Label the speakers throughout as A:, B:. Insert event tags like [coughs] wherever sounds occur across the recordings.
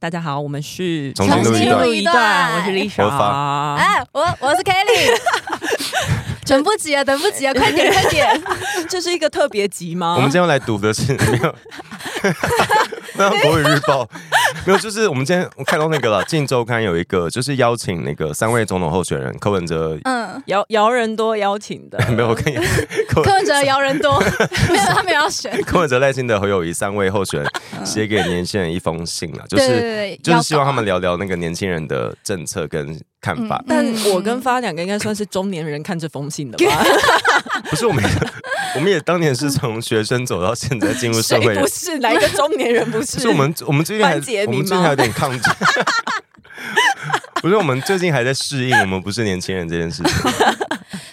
A: 大家好，我们是
B: 重新录一段
A: 重一段，我是丽莎
B: 我是。
A: 啊
C: 哎，我我是 Kelly，等不及了，等不及了，快点快点！
A: [laughs] 这是一个特别集吗？
B: 我们今天要
C: 啊 [laughs]
B: 来读的是没有， [laughs] 没有国语日
C: [laughs]
B: 报，没有，就是我们今天我看到那个了，《镜周刊》有一个就是邀请那个三位总统候选人柯文哲，，
A: [laughs]
C: 嗯，
A: 姚姚人多邀请的
B: [laughs] 没有，我看
C: [laughs]
B: 柯
C: 柯文哲摇人多，没有他们要选，
B: 柯文哲、赖清德、侯友谊三位候选人写给年轻人一封信了，就
C: 嗯对对
B: 是
C: 对，对
B: 就是希望
C: 要啊
B: 他们聊聊那个年轻人的政策跟看
C: 嗯
B: 法，
A: 但我跟发两个应该算是中年人看这封信的吧？
B: 不是我
C: [laughs]
B: 们，我们也当年是从学生走到现在进入社
A: 谁
B: 会
A: [laughs]
B: 人
A: 不，是？哪一个中年人不是？
B: 是我们我们最近还
A: 班杰
B: 我
A: 明吗
B: 们最近还有点抗
C: [laughs]
B: 拒，不是我们最近还在适应我们不是年轻人这件事
C: 哎
B: 情。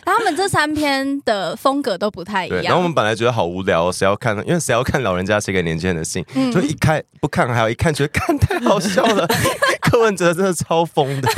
C: 他们这三篇的风格都不太一
B: 对，
C: 样。
B: 然后我们本来觉得好无聊，哦，谁要看呢？因为谁要看老人家写给年轻人的信？
C: 嗯
B: 就一看不看，还有一看觉得看太好笑
C: [laughs]
B: 了。柯文哲真的超疯的，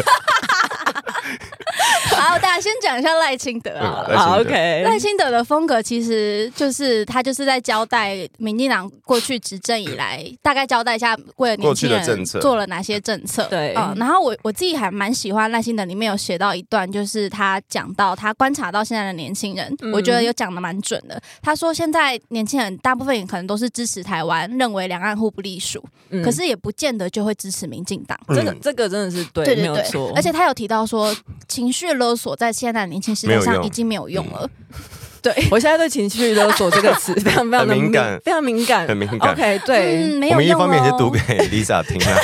C: 好，大家先讲一下赖清德好了。
B: 对
A: 好
B: 赖清德
A: 啊 OK，
C: 赖清德的风格其实就是他就是在交代民进党过去执政以来，大概交代一下为了年轻
B: 过去的政
C: 人
B: 策
C: 做了哪些政策。
A: 对
C: 嗯，然后我我自己还蛮喜欢赖清德里面有写到一段，就是他讲到他观察到现在的年轻人，
A: 嗯
C: 我觉得有讲的蛮准的。他说现在年轻人大部分也可能都是支持台湾，认为两岸互不隶属，
A: 嗯
C: 可是也不见得就会支持民进党。
A: 这个
B: 嗯
A: 这个真的是对，
C: 对
A: 没
C: 对
A: 有错
C: 对，，而且他有提到说，情绪勒索在现在的年轻时代
B: 没有
C: 上
B: 用嗯
C: 已经没有用了。
A: 我现在对情绪勒索这个
B: [laughs]
A: 词非常非常的
B: 很敏感
A: 非常敏感
B: 很。敏
C: [laughs]
B: 感。
A: OK，对，
C: 嗯，没
B: 我
C: 有
B: 们一
C: 用
B: 方面也是读
C: 哦
B: 给 Lisa 听
C: [laughs]
B: 啊，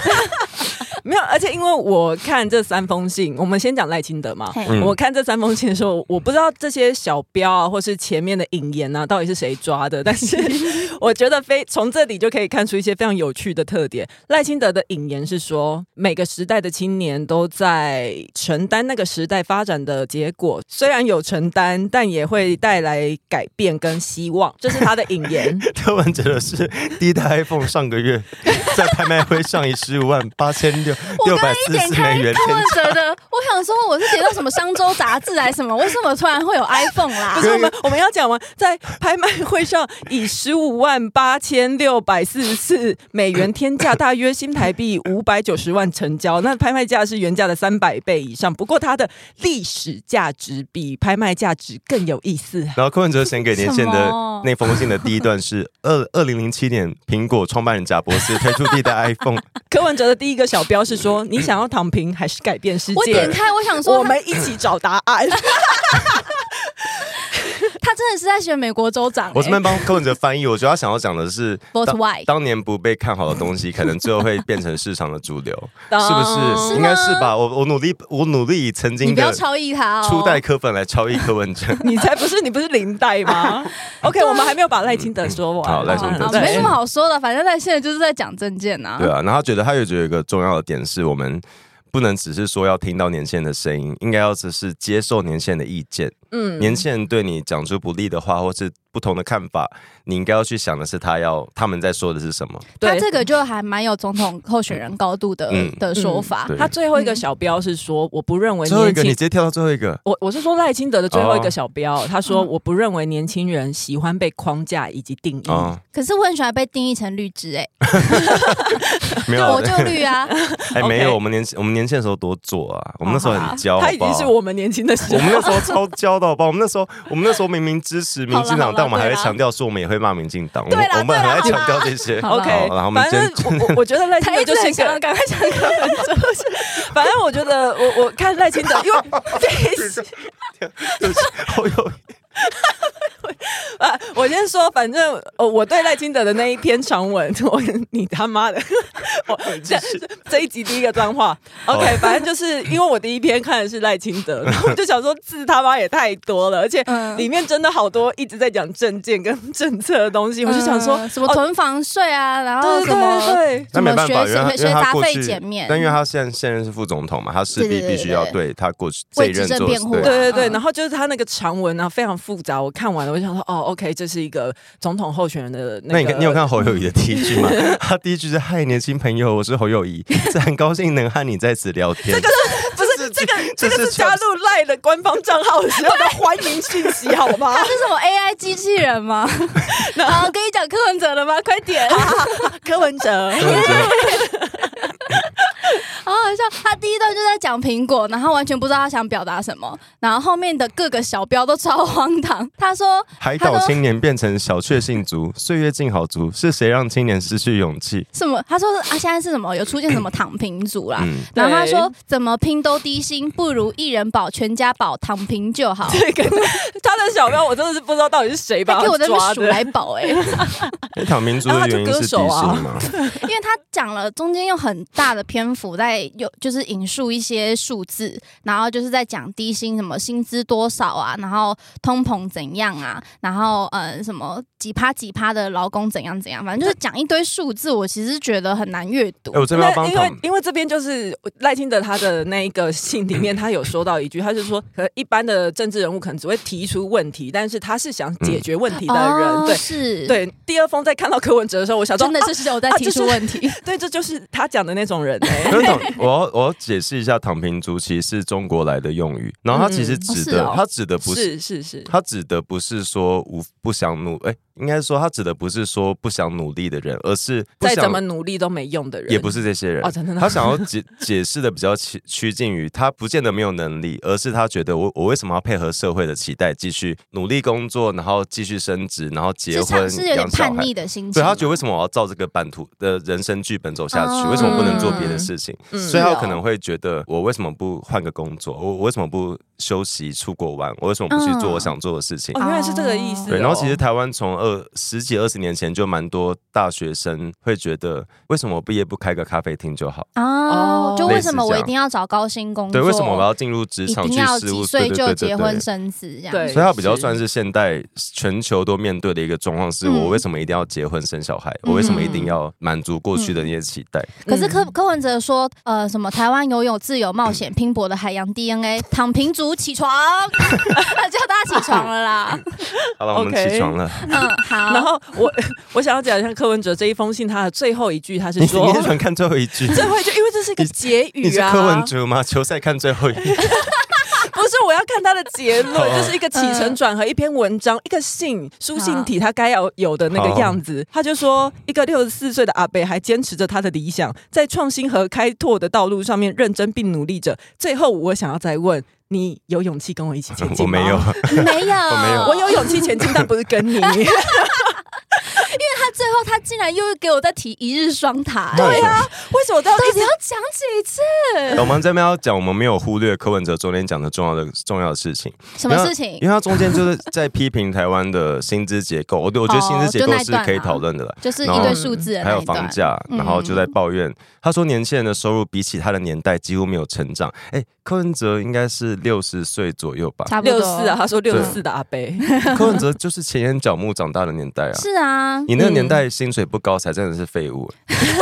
A: 没有，而且因为我看这三封信，我们先讲赖清德嘛。
C: 嘿
B: 嗯
A: 我看这三封信的时候，我不知道这些小标啊，或是前面的引言啊，到底是谁抓的。但是我觉得非从这里就可以看出一些非常有趣的特点。赖清德的引言是说，每个时代的青年都在承担那个时代发展的结果，虽然有承担，但也会带来改变跟希望。这是他的引言。
B: 柯文哲的是第一台 iPhone 上个月在拍卖会上以十五万八千六六
C: 我刚
B: 百
C: 刚
B: 四
C: 一点
B: 十美
C: 开
B: 元
C: 柯
B: 天
C: 文哲的，我想说我是写到什么商周杂志还是什么，为什么突然会有 iPhone 啦
A: 不？是我们我们要讲完，在拍卖会上以十五万八千六百四十四美元天价，大约新台币五百九十万成交。那拍卖价是原价的三百倍以上，不过它的历史价值比拍卖价值更有意 [laughs] 思。
B: 然后柯文哲写给年限
C: 什
B: 的
C: 么
B: 那封信的第一段是二二零零七年苹果创办人贾伯斯推出第一代
C: [laughs]
B: iPhone，
C: 哎
A: 柯文哲的第一个小标是说：“你想要躺平还是改变世
C: 我点
A: 界？”
C: 开，我想说
A: 我
C: 他
A: 们一起找答案。
C: 他真的是在选美国州长、欸。
B: 我这边帮柯文哲翻译，我觉得他想要讲的是
C: Both
B: 当
C: why
B: 当年不被看好的东西，可能最后会变成市场的主
C: [laughs]
B: 流，是不是？
C: 是
B: 应
C: 吗
B: 该是吧。我我努力，我努力以曾
C: 你
B: 经
C: 不
B: 的
C: 要超意他哦。
B: 初代柯粉来超越柯文哲。
A: 你才不是，你不是领带 [laughs] 吗？OK，我们还没有把赖清德说完。啊
B: 好赖清德
C: 好
A: 对
C: 啊没什么好说的，反正他现在就是在讲证件呐、
B: 对啊，然后他觉得他又觉得有一个重要的点是我们。不能只是说要听到年限的声音，应该要只是接受年限的意见。
A: 嗯
B: 年轻人对你讲出不利的话，或是不同的看法，你应该要去想的是他要他们在说的是什么。
C: 他这个就还蛮有总统候选人高度的、
B: 嗯
C: 的说法。
B: 对
A: 他最后一个小标是说，我不认为
B: 最后一
A: 年
B: 个，你
A: 轻
B: 直。接跳到最后一个，
A: 我我是说赖清德的最后一
B: 哦
A: 个小标，他说
C: 嗯
A: 我不认为年轻人喜欢被框架以及定义。
B: 哦，
C: 可是我很喜欢被定义成绿植、欸，
B: 没
C: 哎，
B: 有
C: 我，就绿啊，
B: 哎，没
A: OK
B: 有，我们年轻我们年轻的时候多做啊，我们那时候很娇，
A: 他
B: 好
A: 已
B: 不
A: 经是
B: 好？
A: 我们年轻的时
B: 我
A: 候。
B: 们那时候超娇的，好不好？我们那时候，我们那时候明明支持民进
C: 好
B: 党，
C: 啦
B: 但我们还会
C: 对啦
B: 强调说我们也会骂民进党，我
C: 对
B: 们
C: 啦
B: 我们
C: 对
B: 很
C: 啦
B: 爱
C: 好啦
B: 强调这些。
C: 好
A: OK，
B: 好啦我们
A: 反正我我我觉得赖清
C: 他
A: 德
C: 一直
A: 就是
C: 很
A: 一
C: 想要
A: 个，
C: 赶快
A: [laughs]
C: 讲柯文哲。
A: 反正我觉得我我看赖清德，
B: [laughs]
A: 因为这一次
B: 好
C: [laughs]
B: 有
A: 啊， [laughs] 我先说，反正呃，我对赖清德的那一篇长文， [laughs] 我你他妈的， [laughs]
C: [laughs]
A: 我这这一集第一个脏话，OK，反正就是因为我第一篇看的是赖清德， [laughs] 然后我就想说字他妈也太多了，而且
C: 嗯
A: 里面真的好多一直在讲政见跟 [laughs] 政策的东 [laughs] 西，我就想说，
C: 嗯什么
A: 哦
C: 囤房税啊，然后
A: 对
C: 什么啊
A: 对对，
B: 那
C: 什
B: 没
C: 么
B: 办法，因为他
C: 学学
B: 因为
C: 学
B: 他
C: 杂
B: 过
C: 费
B: 去
C: 减免，
B: 但因为他现在现任是副总统嘛，他势
C: 对
B: 必
C: 对
B: 必
C: 对
B: 须
C: 对
B: 要
C: 对
B: 对他过去这
C: 为
B: 一任
C: 执政
B: 做
C: 辩护
B: 对
C: 啊
A: 对对对，
C: 嗯
A: 然后就是他那个长文啊，非常复杂，我看完了，我就想说，哦，OK，这是一个总统候选人的
B: 那
A: 那
B: 你
A: 个，
B: 看你有看侯友谊的第一句
C: [laughs]
B: 吗？他第一句是“嗨，年轻朋友，我是侯友谊，是很高兴能和你在此聊天。”
A: 不是这个，这
B: 这
A: 个
B: 是
A: 是加入赖的官方账号的时候的欢迎讯息，好吗？
C: 这是什么 AI 机器人吗？ [laughs] 好，跟你讲柯文哲了吗？快点！
A: [laughs]
C: [laughs]
A: 柯文哲，
B: 这样子
C: 玩笑，他第一段就在讲苹果，然后完全不知道他想表达什么，然后后面的各个小标都超荒唐。他说
B: 海岛青年变成小确幸族，岁月静好族，是谁让青年失去勇
C: [laughs]
B: 气？
C: 什么？他说是啊，现在是什么？有出现什么躺平族啦？
B: 嗯，
C: 然后他说怎么拼都低薪，不如一人保全家保，躺平就好。
A: 对，跟他的小标我真的是不知道到底是谁 [laughs] 把
C: 哎他给我
A: 他
C: 在那
A: 抓
C: 边数
A: 的。
C: 来宝哎、
B: 黑糖民族
C: 啊
B: 的原因
A: 然
B: 是地形
A: 后他就
C: [laughs]
B: 嘛？
C: 因为他讲了中间用很大的篇幅在有就是引述一些数字，然后就是在讲低薪什么薪资多少啊，然后通膨怎样啊，然后呃什么几趴几趴的劳工怎样怎样，反正就是讲一堆数字，我其实觉得很难阅读
B: 哎，。我这边
A: 那
B: 要帮
A: 因为
B: 糖，
A: 因为这边就是赖清德他的那一个信里面，他有说到一句，他就说，可能一般的政治人物可能只会提出问题，但是他是想解决问题的人。对
C: 哦是，，
A: 对，第二封在看到柯文哲的时候，我想说
C: 真的
A: 啊
C: 是有在
A: 啊
C: 提
A: 就是
C: 出问题。
A: 对，这就是他讲的那种
B: [laughs]
A: 人、
B: 因
A: 欸。
B: 为躺，我要我要解释一下“躺平族”其实是中国来的用语，然后它其实
A: 嗯
B: 指
C: 哦是
B: 的
C: 哦，
B: 它指的不是
A: 哎是是是，
B: 他指的不是说无不想努，哎、应该说他指的不是说不想努力的人，而是不
A: 再
B: 想
A: 怎么努力都没用的人，
B: 也不是这些人。
A: 哦，真的吗
B: 他想要解解释的比较趋趋近于他不见得没有能力，而是他觉得我我为什么要配合社会的期待，继续努力工作，然后继续升职，然后结
C: 职场
B: 婚
C: 是有点
B: 养小
C: 叛
B: 孩
C: 逆。的心情，
B: 对他觉得为什么我要照这个版图的人生剧本走下去？
C: 哦
B: 为什么不能做别的事情？
A: 嗯
B: 所以他
C: 是哦
B: 可能会觉得，我为什么不换个工作？我我为什么不休息出国玩？我为什么不去做我
C: 嗯
B: 想做的事情
A: 哦，？原来是这个意思、哦。
B: 对，然后其实台湾从二十几二十年前就蛮多大学生会觉得，为什么我毕业不开个咖啡厅就好？
C: 哦
A: 哦，
C: 就为什
B: 类似
C: 么
B: 这
C: 我一
B: 样
C: 定要找高薪工作？
B: 对，为什么我要进入职
C: 一
B: 场
C: 定
B: 去
C: 要
B: 事
C: 几
B: 务？
C: 岁
B: 对对
C: 就
B: 对
C: 结
B: 对
C: 婚
B: 对。
C: 生子这样？
A: 对
B: 所以它比较算是现代全球都面对的一个状况，是
C: 嗯
B: 我为什么一定要结婚生小孩？我为什么一定要满足过去的那些期待？
C: 可是柯
A: 嗯
C: 柯文哲说，呃，什么台湾游泳自由冒险，拼搏的海洋 DNA，躺平族起床， [laughs] 叫大家起床
B: [laughs]
C: 了啦。
B: 好了，我们
A: OK
B: 起床了。
C: 嗯，
B: 啊
A: 然
C: 好。
A: 后我 [laughs] 我想要讲一下柯文哲这一封信，他的最后一句，他是
B: 你
A: 说
B: 你很喜欢看最后一句？
C: 啊
A: 最后一句，因为这是一个结
B: 你 [laughs]
A: 语
B: 是
A: 啊，
B: 柯文哲吗？球赛看最后一
C: [laughs]
B: 句，
A: 不是我要看他的结
B: [laughs]
A: 论，
B: 好啊
A: 就是一个起承转合，一篇文章，一个信书信体，他该要有的那个样
B: 嗯
A: 子。他就说，一个六十四岁的阿贝还坚持着他的理想，在创新和开拓的道路上面认真并努力着。最后，我想要再问你，有勇气跟我一起前进
B: [laughs] 我
A: 吗？
B: 没有，
C: 没有，
B: 哦没有
A: 我有勇气前进，但不是
B: [laughs]
A: 跟你。
C: 他最后他竟然又给我在提一日双塔，
B: 对啊，
A: 为什么都要
C: 到
A: 一
C: 底
A: 直
C: 要讲几次？
B: 我们这边要讲，我们没有忽略柯文哲昨天讲的重要的重要的事情。
C: 什么事情
B: 因？为他中间就是在批评台湾的薪资结构，我对我觉得薪资
C: 哦
B: 结构是可以讨论的了。
C: 就是
B: 然
C: 一
B: 后
C: 堆数字的
B: 还
C: 啊那
B: 有
C: 一
B: 房
C: 段。
B: 价，
C: 嗯
B: 然后就在抱怨，他说年轻人的收入比起他的年代几乎没有成长。哎，柯文哲应该是六十岁左右吧？
C: 差不多
A: 六四啊？，他说六四的阿贝，
B: 柯文哲就是前眼角目长大的年代啊！
C: 是啊，
B: 你那个年代薪水不高才真的是废物，啊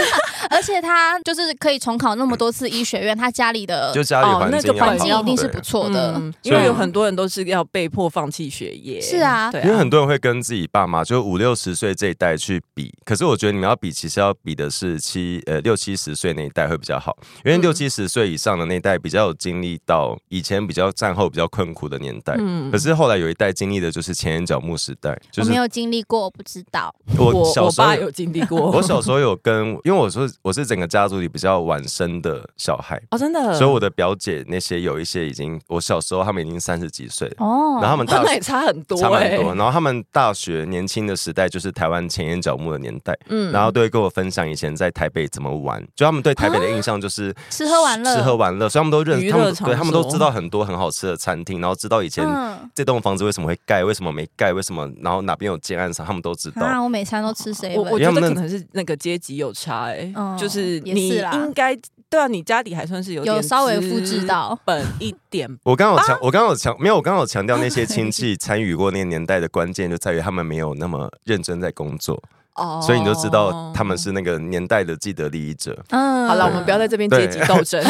C: 而且他就是可以重考那么多次医学院，他家里的
B: 就家里
A: 哦
B: 环
A: 那
B: 境
A: 个
B: 要好
C: 环境一定是
B: 对啊
C: 不错的。
A: 嗯因为
B: 所以
A: 有很多人都是要被迫放弃学业。
C: 是啊
A: 对
B: 因为很多人会跟自己爸妈，就五六十岁这一代去比，可是我觉得你们要比，其实要比的是七呃六七十岁那一代会比较好，因为
A: 嗯
B: 六七十岁以上的那一代比较有经历到以前比较战后比较困苦的年代。
A: 嗯
B: 可是后来有一代经历的就是前眼角木时代，就
C: 我
B: 是
C: 没有经历过，我不知道。
B: 我
A: 我
B: 小
A: 我
B: 时候
A: 爸有经历过，
B: 我小时候有跟，因为我是我是整个家族里比较晚生的小孩，
A: [laughs] 哦，真的，
B: 所以我的表姐那些有一些已经我小时候他们已经三十几岁了，
C: 哦
B: 然后他们大
A: [laughs] 那也差很多、欸，
B: 差蛮多。然后他们大学年轻的时代就是台湾前眼角木的年代，
A: 嗯
B: 然后都会跟我分享以前在台北怎么玩，就他们对台北的印象就是
A: 啊
C: 吃喝玩乐，
B: 吃喝玩乐，所以他们都认
A: 娱
B: 识，
A: 乐
B: 他们
A: 场所
B: 对他们都知道很多很好吃的餐厅，然后知道以前
C: 嗯
B: 这栋房子为什么会盖，为什么没盖，为什么然后哪边有建案上，他们都知道。
C: 啊，我每餐都吃 seven，
A: 我我
B: 因为
A: 觉
B: 他
A: 得
B: 们
A: 可
B: 那
A: 能是那个阶级有差哎、
C: 嗯
A: 就是
C: 也
A: 你
C: 是啦
A: 应该对啊，你家里还算是有
C: 有
A: 点
C: 稍微复制
A: 资
C: 到。 [laughs]
A: 本一点
B: 我刚刚
A: 啊
B: 有强，我刚刚有强，没有，我刚刚有强调那些亲戚参与过那个年代的关键，就在于他们没有那么认真在工作，
A: 哦，
B: 所以你就知道他们。是那个年代的既得利益者。
C: 嗯
A: 好了，我们不要在这边阶级斗争。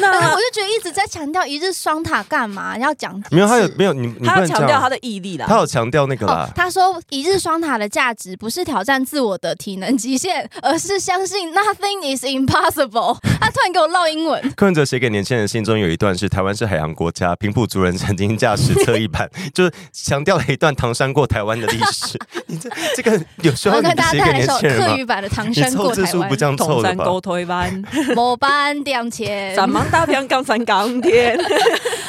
C: 但是我
A: 那
C: 就觉得一直在强调一日双塔干嘛？要讲几
B: 没有，他有
C: 次
B: 没有你你
A: [laughs]
B: 不
A: 他要
B: 能
A: 强调他
B: 讲，
A: 的毅力啦。
B: [laughs] 他有强调那个
C: 哦
B: 啦，，
C: 他说一日双塔的价值不是挑战自我的体能极限，而是相信 nothing is impossible。他 [laughs] 突然给我唠英文，
B: 柯文哲写给年轻人信中有一段是台湾是海洋国家，平埔族人曾经驾驶侧翼板， [laughs] 就是强调了一段唐山过台湾的历史。你这这个有需
C: 然
B: 要
C: 后
B: 你
C: 跟大
B: 写
C: 家带
B: 给
C: 来一
B: 年
C: 首
B: 轻人
C: 客
B: 吗？
C: 语版的《唐
B: 你
C: 山
B: 凑
C: 过
B: 字
C: 台
B: 数
C: 湾
B: 不》，这样
A: 同
B: 凑的
A: 山
B: 吧？
A: 沟推
C: [laughs]
A: 班，
C: 某班两千，
A: 咱们大片刚三刚天，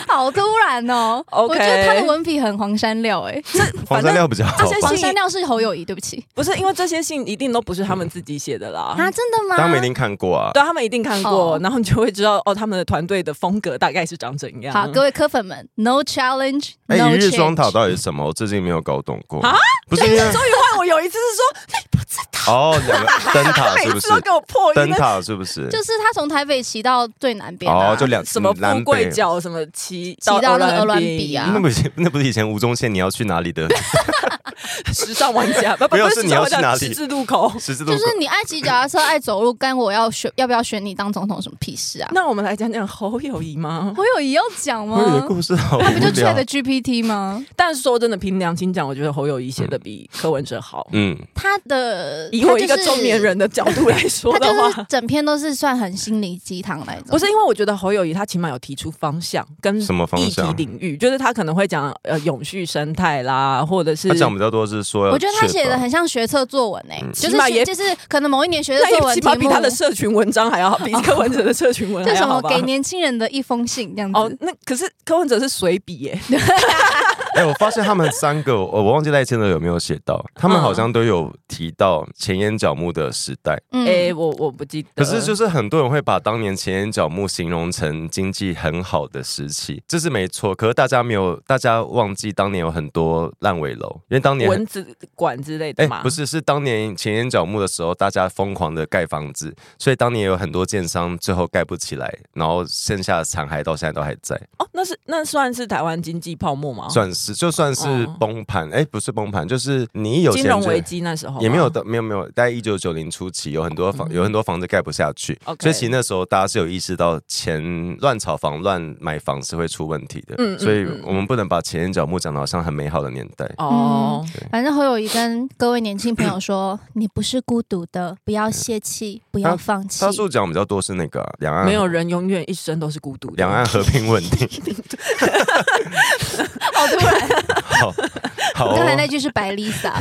C: 好突然哦
A: OK
C: 我觉得他的文笔很黄山料哎、
B: 黄山料比较好
A: 这些
B: 吧？
C: 黄山料是侯友谊，对不起
A: [laughs] 不是因为这些信一定都不是他们自己写的啦。
C: 啊，真的吗？
B: 大家没听看过啊？
A: 对他们一定看过，
C: 哦
A: 然后你就会知道哦，他们的团队的风格大概是长怎样。
C: 好，各位科粉们，no challenge，
B: 哎，
C: no
B: 一日双塔
C: change。
B: 到底是什么？我最近没有搞懂过
A: 啊。
B: 不是因为
A: 终于换我有一次是
B: 哦，两个灯
A: 说，他
B: 塔
A: [laughs]
B: 是
A: 每
B: 不
A: 次
B: 是？
A: 都给我破音
B: 灯，塔是不是？
C: [laughs] 就是他从台北骑到最南边、啊，
B: 哦，就两
A: 什么富
B: 南
A: 贵
B: 北。
A: 角，什么骑
C: 骑到那个
A: 欧
C: 鹅銮
A: 比
C: 比啊
B: 那不是那不是以前吴宗宪你要去哪里的 [laughs]
A: 时尚玩家，不不
B: 没有
A: 不
B: 是
A: 时
B: 你
A: 尚
B: 要
A: 玩家
B: 去哪里
A: 十字路口。
B: 十字路
C: 就
B: 口
C: 是你爱骑脚踏车，爱走路，干我要选要不要选你当总统什么屁事
A: [laughs]
C: 啊？
A: 那我们来讲讲侯友谊吗？
C: 侯友谊要讲吗
B: 我？有的故事好无
C: 嗯他不就
B: 聊
C: Chat。GPT 吗？
A: 但是说真的，凭良心讲，我觉得侯友谊写的比柯文哲好。
B: 嗯，
C: 他的
A: 以我一个
C: 他就是
A: 中年人的角度来说
C: 他
A: 的话，
C: 就是整篇都是算很心灵鸡汤那一种。
A: 不是因为我觉得侯友谊他起码有提出方向跟
B: 什么方
A: 议题
B: 向？
A: 领域，就是他可能会讲呃永续生态啦，或者是
B: 他讲比较多是说呃要确保，啊嗯
C: 我觉得他写的很像学测作文诶、欸就
A: 起
C: 是
A: 码也
C: 写就是可能某一年学测
A: 那
C: 作
A: 也
C: 文
A: 起
C: 题
A: 码
C: 目，哦
A: 比他的社群文章还要好，比柯文哲的社群文
C: 这
A: 还
C: 什
A: 要好
C: 么
A: 吧？
C: 给嗯年轻人的一封信这样子。
A: 哦，那可是柯文哲是随笔耶，
B: 哎、我发现他们三个，我我忘记赖清德有没有写到，他们
A: 嗯
B: 好像都有提到前眼角目的时代。
C: 嗯
A: 哎，我我不记得。
B: 可是就是很多人会把当年前眼角目形容成经济很好的时期，这是没错。可是大家没有，大家忘记当年有很多烂尾楼，因为当年很
A: 蚊子馆之类
B: 哎、
A: 的嘛，
B: 不是，是当年前眼角目的时候，大家疯狂的盖房子，所以当年有很多建商最后盖不起来，然后剩下的残骸到现在都还在，
A: 哦，那是那算是台湾经济泡沫吗？
B: 算是就算是
A: 哦
B: 崩盘，哎、不是崩盘，就是你有
A: 金
B: 钱
A: 融
B: 就
A: 危机那时候吗
B: 也没有的，没有没有，在一九九零初期，有很多房、
A: 嗯
B: 有很多房子盖不下去
A: OK
B: 所以其实那时候大家是有意识到钱乱炒房、乱买房是会出问题的，
A: 嗯嗯
B: 所以
A: 嗯
B: 我们不能把前眼角目讲的好像很美好的年代。
A: 哦。
C: 反正侯友谊跟各位年轻朋友说， [coughs] 你不是孤独的，不要泄气，不要放弃
B: 他。数讲比较多是那个啊两、岸
A: 没有人永远一生都是孤独的。
B: 两岸和平稳定，
C: 好突然，
B: 好好、
C: 刚才那
B: 哦。
C: 句是白 Lisa，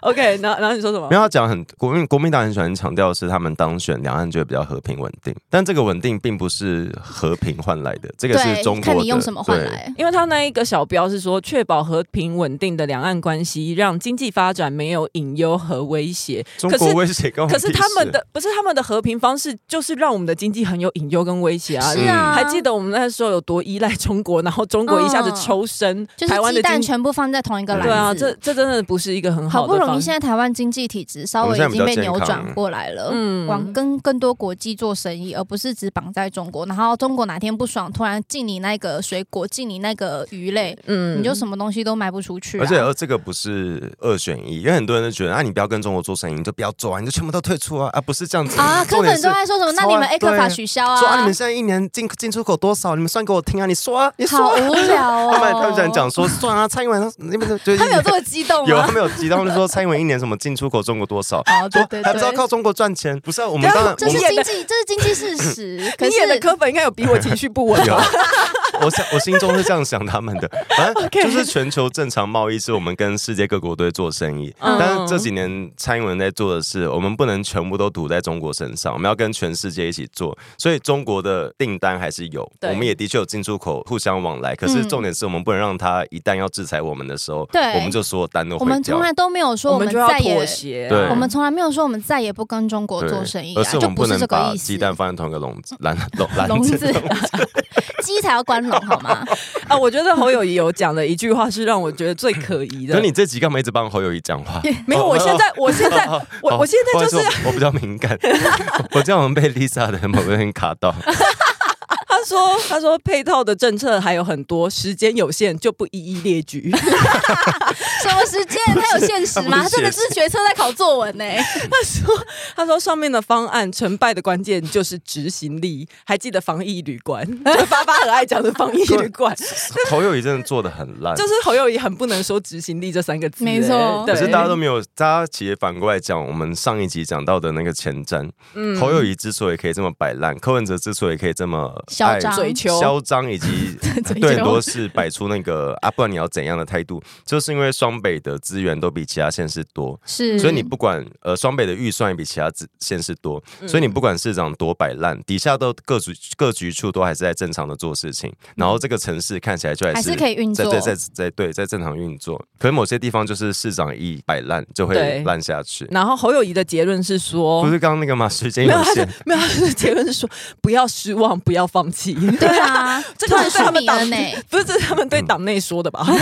A: OK，然后然后你说什么
B: 没？有啊他讲很国民国民党很喜欢强调的是他们当选两岸就会比较和平稳定，但这个稳定并不是和平换来的，这个是中国
C: 对，看你
B: 的
C: 用什么换
B: 对
C: 来。
A: 因为他那一个小标是说，确保和平稳定的两岸关系，让经济发展没有隐忧和威胁。
B: 中
A: 可
B: 国
A: 是
B: 威胁跟我
A: 可是
B: 屁
A: 他们
B: 事
A: 的不是他们的和平方式，就是让我们的经济很有隐忧跟威胁啊！
C: 是啊，
A: 还记得我们那时候有多依赖中国，然后中国一下
B: 啊
A: 子抽身，
C: 就是
A: 台湾
C: 鸡
A: 的
C: 蛋
A: 经济。
C: 全部放在同一个篮子。
A: 对啊，这这真的不是一个很
C: 好
A: 的
C: 不容易
A: 方
C: 现在台湾经济体制稍微已经被扭转过来了，
A: 嗯
C: 嗯，往跟更多国际做生意，而不是只绑在中国。然后中国哪天不爽，突然禁你那个水果，禁你那个鱼类，
A: 嗯
C: 你就什么东西都卖不出去、啊。
B: 而且呃，这个不是二选一，因为很多人都觉得啊，你不要跟中国做生意，你就不要做啊，你就全部都退出啊，啊，不是这样子
C: 啊，
B: 重
C: 柯
B: 点是
C: 粉都在说什么？那你们
B: 超爱
C: A 克法
B: 对
C: 取消
B: 说啊，你
C: 啊
B: 们？现在一年进进出口多少？你们算给我听啊，你说啊，你说
C: 好
B: 啊。
C: 无聊
B: [laughs]
C: 哦！
B: 他们他们想讲说算啊，蔡英文那边就
C: 他们有这么激动
B: 有
C: 吗
B: 他？们有激动，就说蔡英文一年什么进出口中国多少，
C: [laughs] 哦，对
B: 说
C: 对
B: 还不知道靠
C: 对，
B: 中国赚钱，不是啊我们
A: 对啊
B: 当然
C: 这
B: 我
C: 是
B: 们
A: 演的
C: 经济，这是经济事实。
A: [laughs]
C: 可
A: 你
C: 是
A: 演的科本应该有比我情绪不
C: [laughs]
A: 稳
B: 有啊
A: 吧？。
B: [laughs] 我想，我心中是这样想他们的，反正
A: OK
B: 就是全球正常贸易是我们跟世界各国都会做生意，
A: 嗯
B: 但是这几年蔡英文在做的事，我们不能全部都赌在中国身上，我们要跟全世界一起做，所以中国的订单还是有，
A: 对
B: 我们也的确有进出口互相往来，可是重点是我们不能让他一旦要制裁我们的时候，
C: 嗯对
B: 我们就所有单都
C: 我
B: 毁
C: 们
B: 掉
C: 从。来都没有说
A: 嗯我
C: 们
A: 们就要
C: 再也
A: 妥，协啊、
B: 对
C: 我们从来没有说我们再也不跟中国做生意
B: 而
C: 啊，
B: 是我
C: 就
B: 们
C: 不是
B: 能
C: 这个
B: 把
C: 意思。
B: 鸡蛋放在同一个笼子，篮笼
C: 笼
B: 篮
C: 子 [laughs]
B: [laughs]
C: 鸡才要关笼好吗？
A: 啊，我觉得侯友谊有讲的一句话是让我觉得最可疑
B: 可
A: 的
B: 是。你这集干嘛一直帮侯友谊讲话？
A: 没有，我现在，我现在， [laughs] 我
B: 哦
A: 我现在就是 [laughs]
B: 不好意思我我比较敏感，我我这样我们被 Lisa 的某个人卡到。
A: 他说他说配套的政策还有很多，时间有限，就不一一列举。
C: 什么时间？他有限时吗？
B: 不是
C: 他真的是学车在考作文呢、
A: 他说上面的方案成败的关键就是执行力，还记得防疫旅
C: [laughs]
A: 馆，就是发发很爱讲的防疫旅馆，
B: 侯友谊真的做的很烂，
A: 就是侯友谊很不能说执行力这三个字、
C: 没错
A: 欸对
B: 可是大家都没有，大家其实反过来讲，我们上一集讲到的那个前瞻，
A: 嗯
B: 侯友谊之所以可以这么摆烂，柯文哲之所以可以这么
C: 嚣
B: 爱
C: 张
A: 嘴求
B: 嚣张以及
C: 追
B: [laughs] 对
C: 究
B: 很多事摆出那个啊，不然你要怎样的态度，就是因为双北的资源都比其他县市多，
C: 是
B: 所以你不管呃双北的预算也比其他自县市多，
C: 嗯
B: 所以你不管市长多摆烂，底下都各局各局处都还是在正常的做事情，然后这个城市看起来就还
C: 嗯还
B: 是
C: 是可以运
B: 在
C: 作，
B: 在在在对在正常运作，可是某些地方就是市长一摆烂就会
A: 对
B: 烂下去。
A: 然后侯友谊的结论是
C: 哦
A: 说
B: 不，是刚刚那个吗？时间
A: 没有，
B: 有
C: [laughs]
A: 他
B: 限
A: 是，没有，他的结论是说不要失望，不要放
C: [laughs]
A: 弃。
C: 对啊，
A: [laughs] 这
C: 突
A: 个
C: 然
A: 是对他
C: 输
A: 们
C: 你了
A: 党
C: 呢。嗯
A: 内，不是这是他们
B: 嗯
A: 对党内说的吧？ [laughs]
C: 第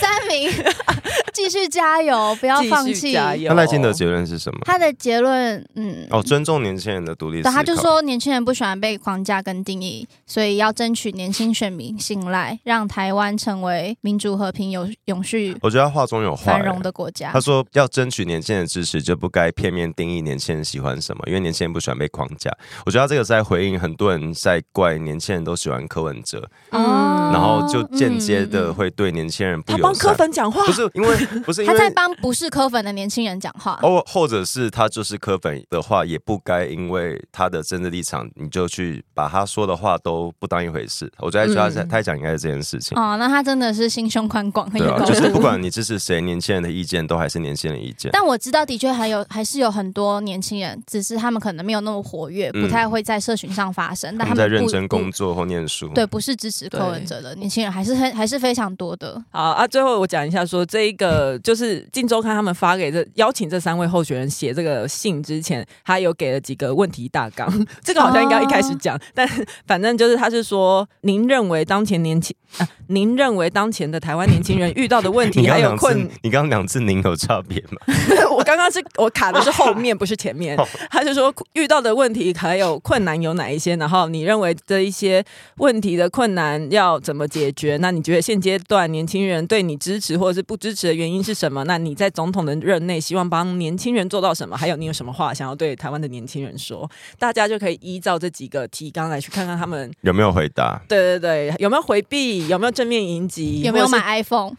C: 三名， [laughs] 继续加油，不要放
A: 继续
C: 弃。
A: 加油。
B: 那赖
C: 哦
B: 清德结论是什么？
C: 他的结论，嗯，
B: 哦，尊重年轻人的独立思考。
C: 对，他就说年轻人不喜欢被框架跟定义，所以要争取年轻选民信赖，让台湾成为民主、和平、有永续、
B: 我觉得他话中有话、
C: 繁荣
B: 欸
C: 的国家
B: 他。说要争取年轻人的支持，就不该片面定义年轻人喜欢什么，因为年轻人不喜欢被框架。我觉得他这个是在回应很多人在怪年轻人都喜欢柯文哲，
A: 嗯
B: 然后就间接
C: 哦嗯
B: 的
C: 嗯
B: 会对年轻人不
A: 他
B: 友
A: 帮柯
B: 善。
A: 粉讲话，啊
B: 不是因为不是
C: 嗯
B: 因
C: 啊他在
B: 为。
C: 帮不是科粉的年轻人讲话。
B: 哦，或者是他就是柯粉的话，也不该因为他的政治立场，你就去把他说的话都不当一回事。我觉得他在
A: 嗯
B: 他在讲应该是这件事情。
C: 哦，那他真的是心胸宽广，很
B: 对
C: 有
B: 啊，
C: 高
B: 就是
C: 度。
B: 不管你支持谁，年轻人的意见都还是年轻人的意见。
C: 但我知道，的确还有还是有很多年轻人，只是他们可能没有那么活跃，
B: 嗯
C: 不太会在社群上发声。但
B: 他们
C: 他
B: 在
C: 们不
B: 认真
C: 不
B: 工作或念书。
C: 对，，不是支持柯文哲的年轻人，还是很还是非常多的。
A: 好啊，最后我讲一下说，这一个就是《镜周刊》他们发给这邀请这三位候选人写这个信之前，他有给了几个问题大纲， [laughs] 这个好像应该一开始讲，但反正就是他是说，您认为当前年轻、啊，您认为当前的台湾年轻人遇到的问
B: [laughs] 你
A: 题
B: 刚
A: 还
B: 刚
A: 有
B: 两
A: 困
B: 次，你刚刚两次您有差别吗？
A: [laughs] 我刚刚是我卡的是后面，不是前面。他就说遇到的问题还有困难有哪一些，然后你认为这一些问题的困难要怎么解决？那你觉得现阶段年轻人对你支持或者是不支持的原因是什么？那你在总统的任内希望帮年轻人做到什么？还有你有什么话想要对台湾的年轻人说？大家就可以依照这几个提纲来去看看他们。
B: 有没有回答？
A: 对对对，有没有回避？有没有正面迎击？
C: 有没
A: [laughs]
C: 有
A: 或者是？
C: 买 iPhone？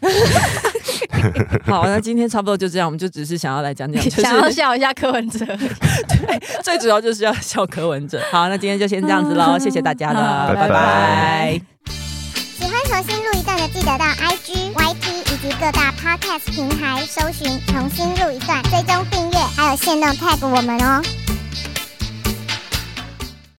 A: 好，那今天差不多就这样，我们就只是想要来讲
C: [laughs]
A: 讲，就是
C: 想要笑一下柯文哲。
A: 最主要就是要笑柯文哲。好，那今天就先这样子喽，谢谢大家了，
B: 拜拜
A: 拜拜
D: 喜欢重新录一段的，记得到 IG、YT 以及各大 Podcast 平台搜寻“重新录一段”，追踪订阅，还有限定 tag 我们哦。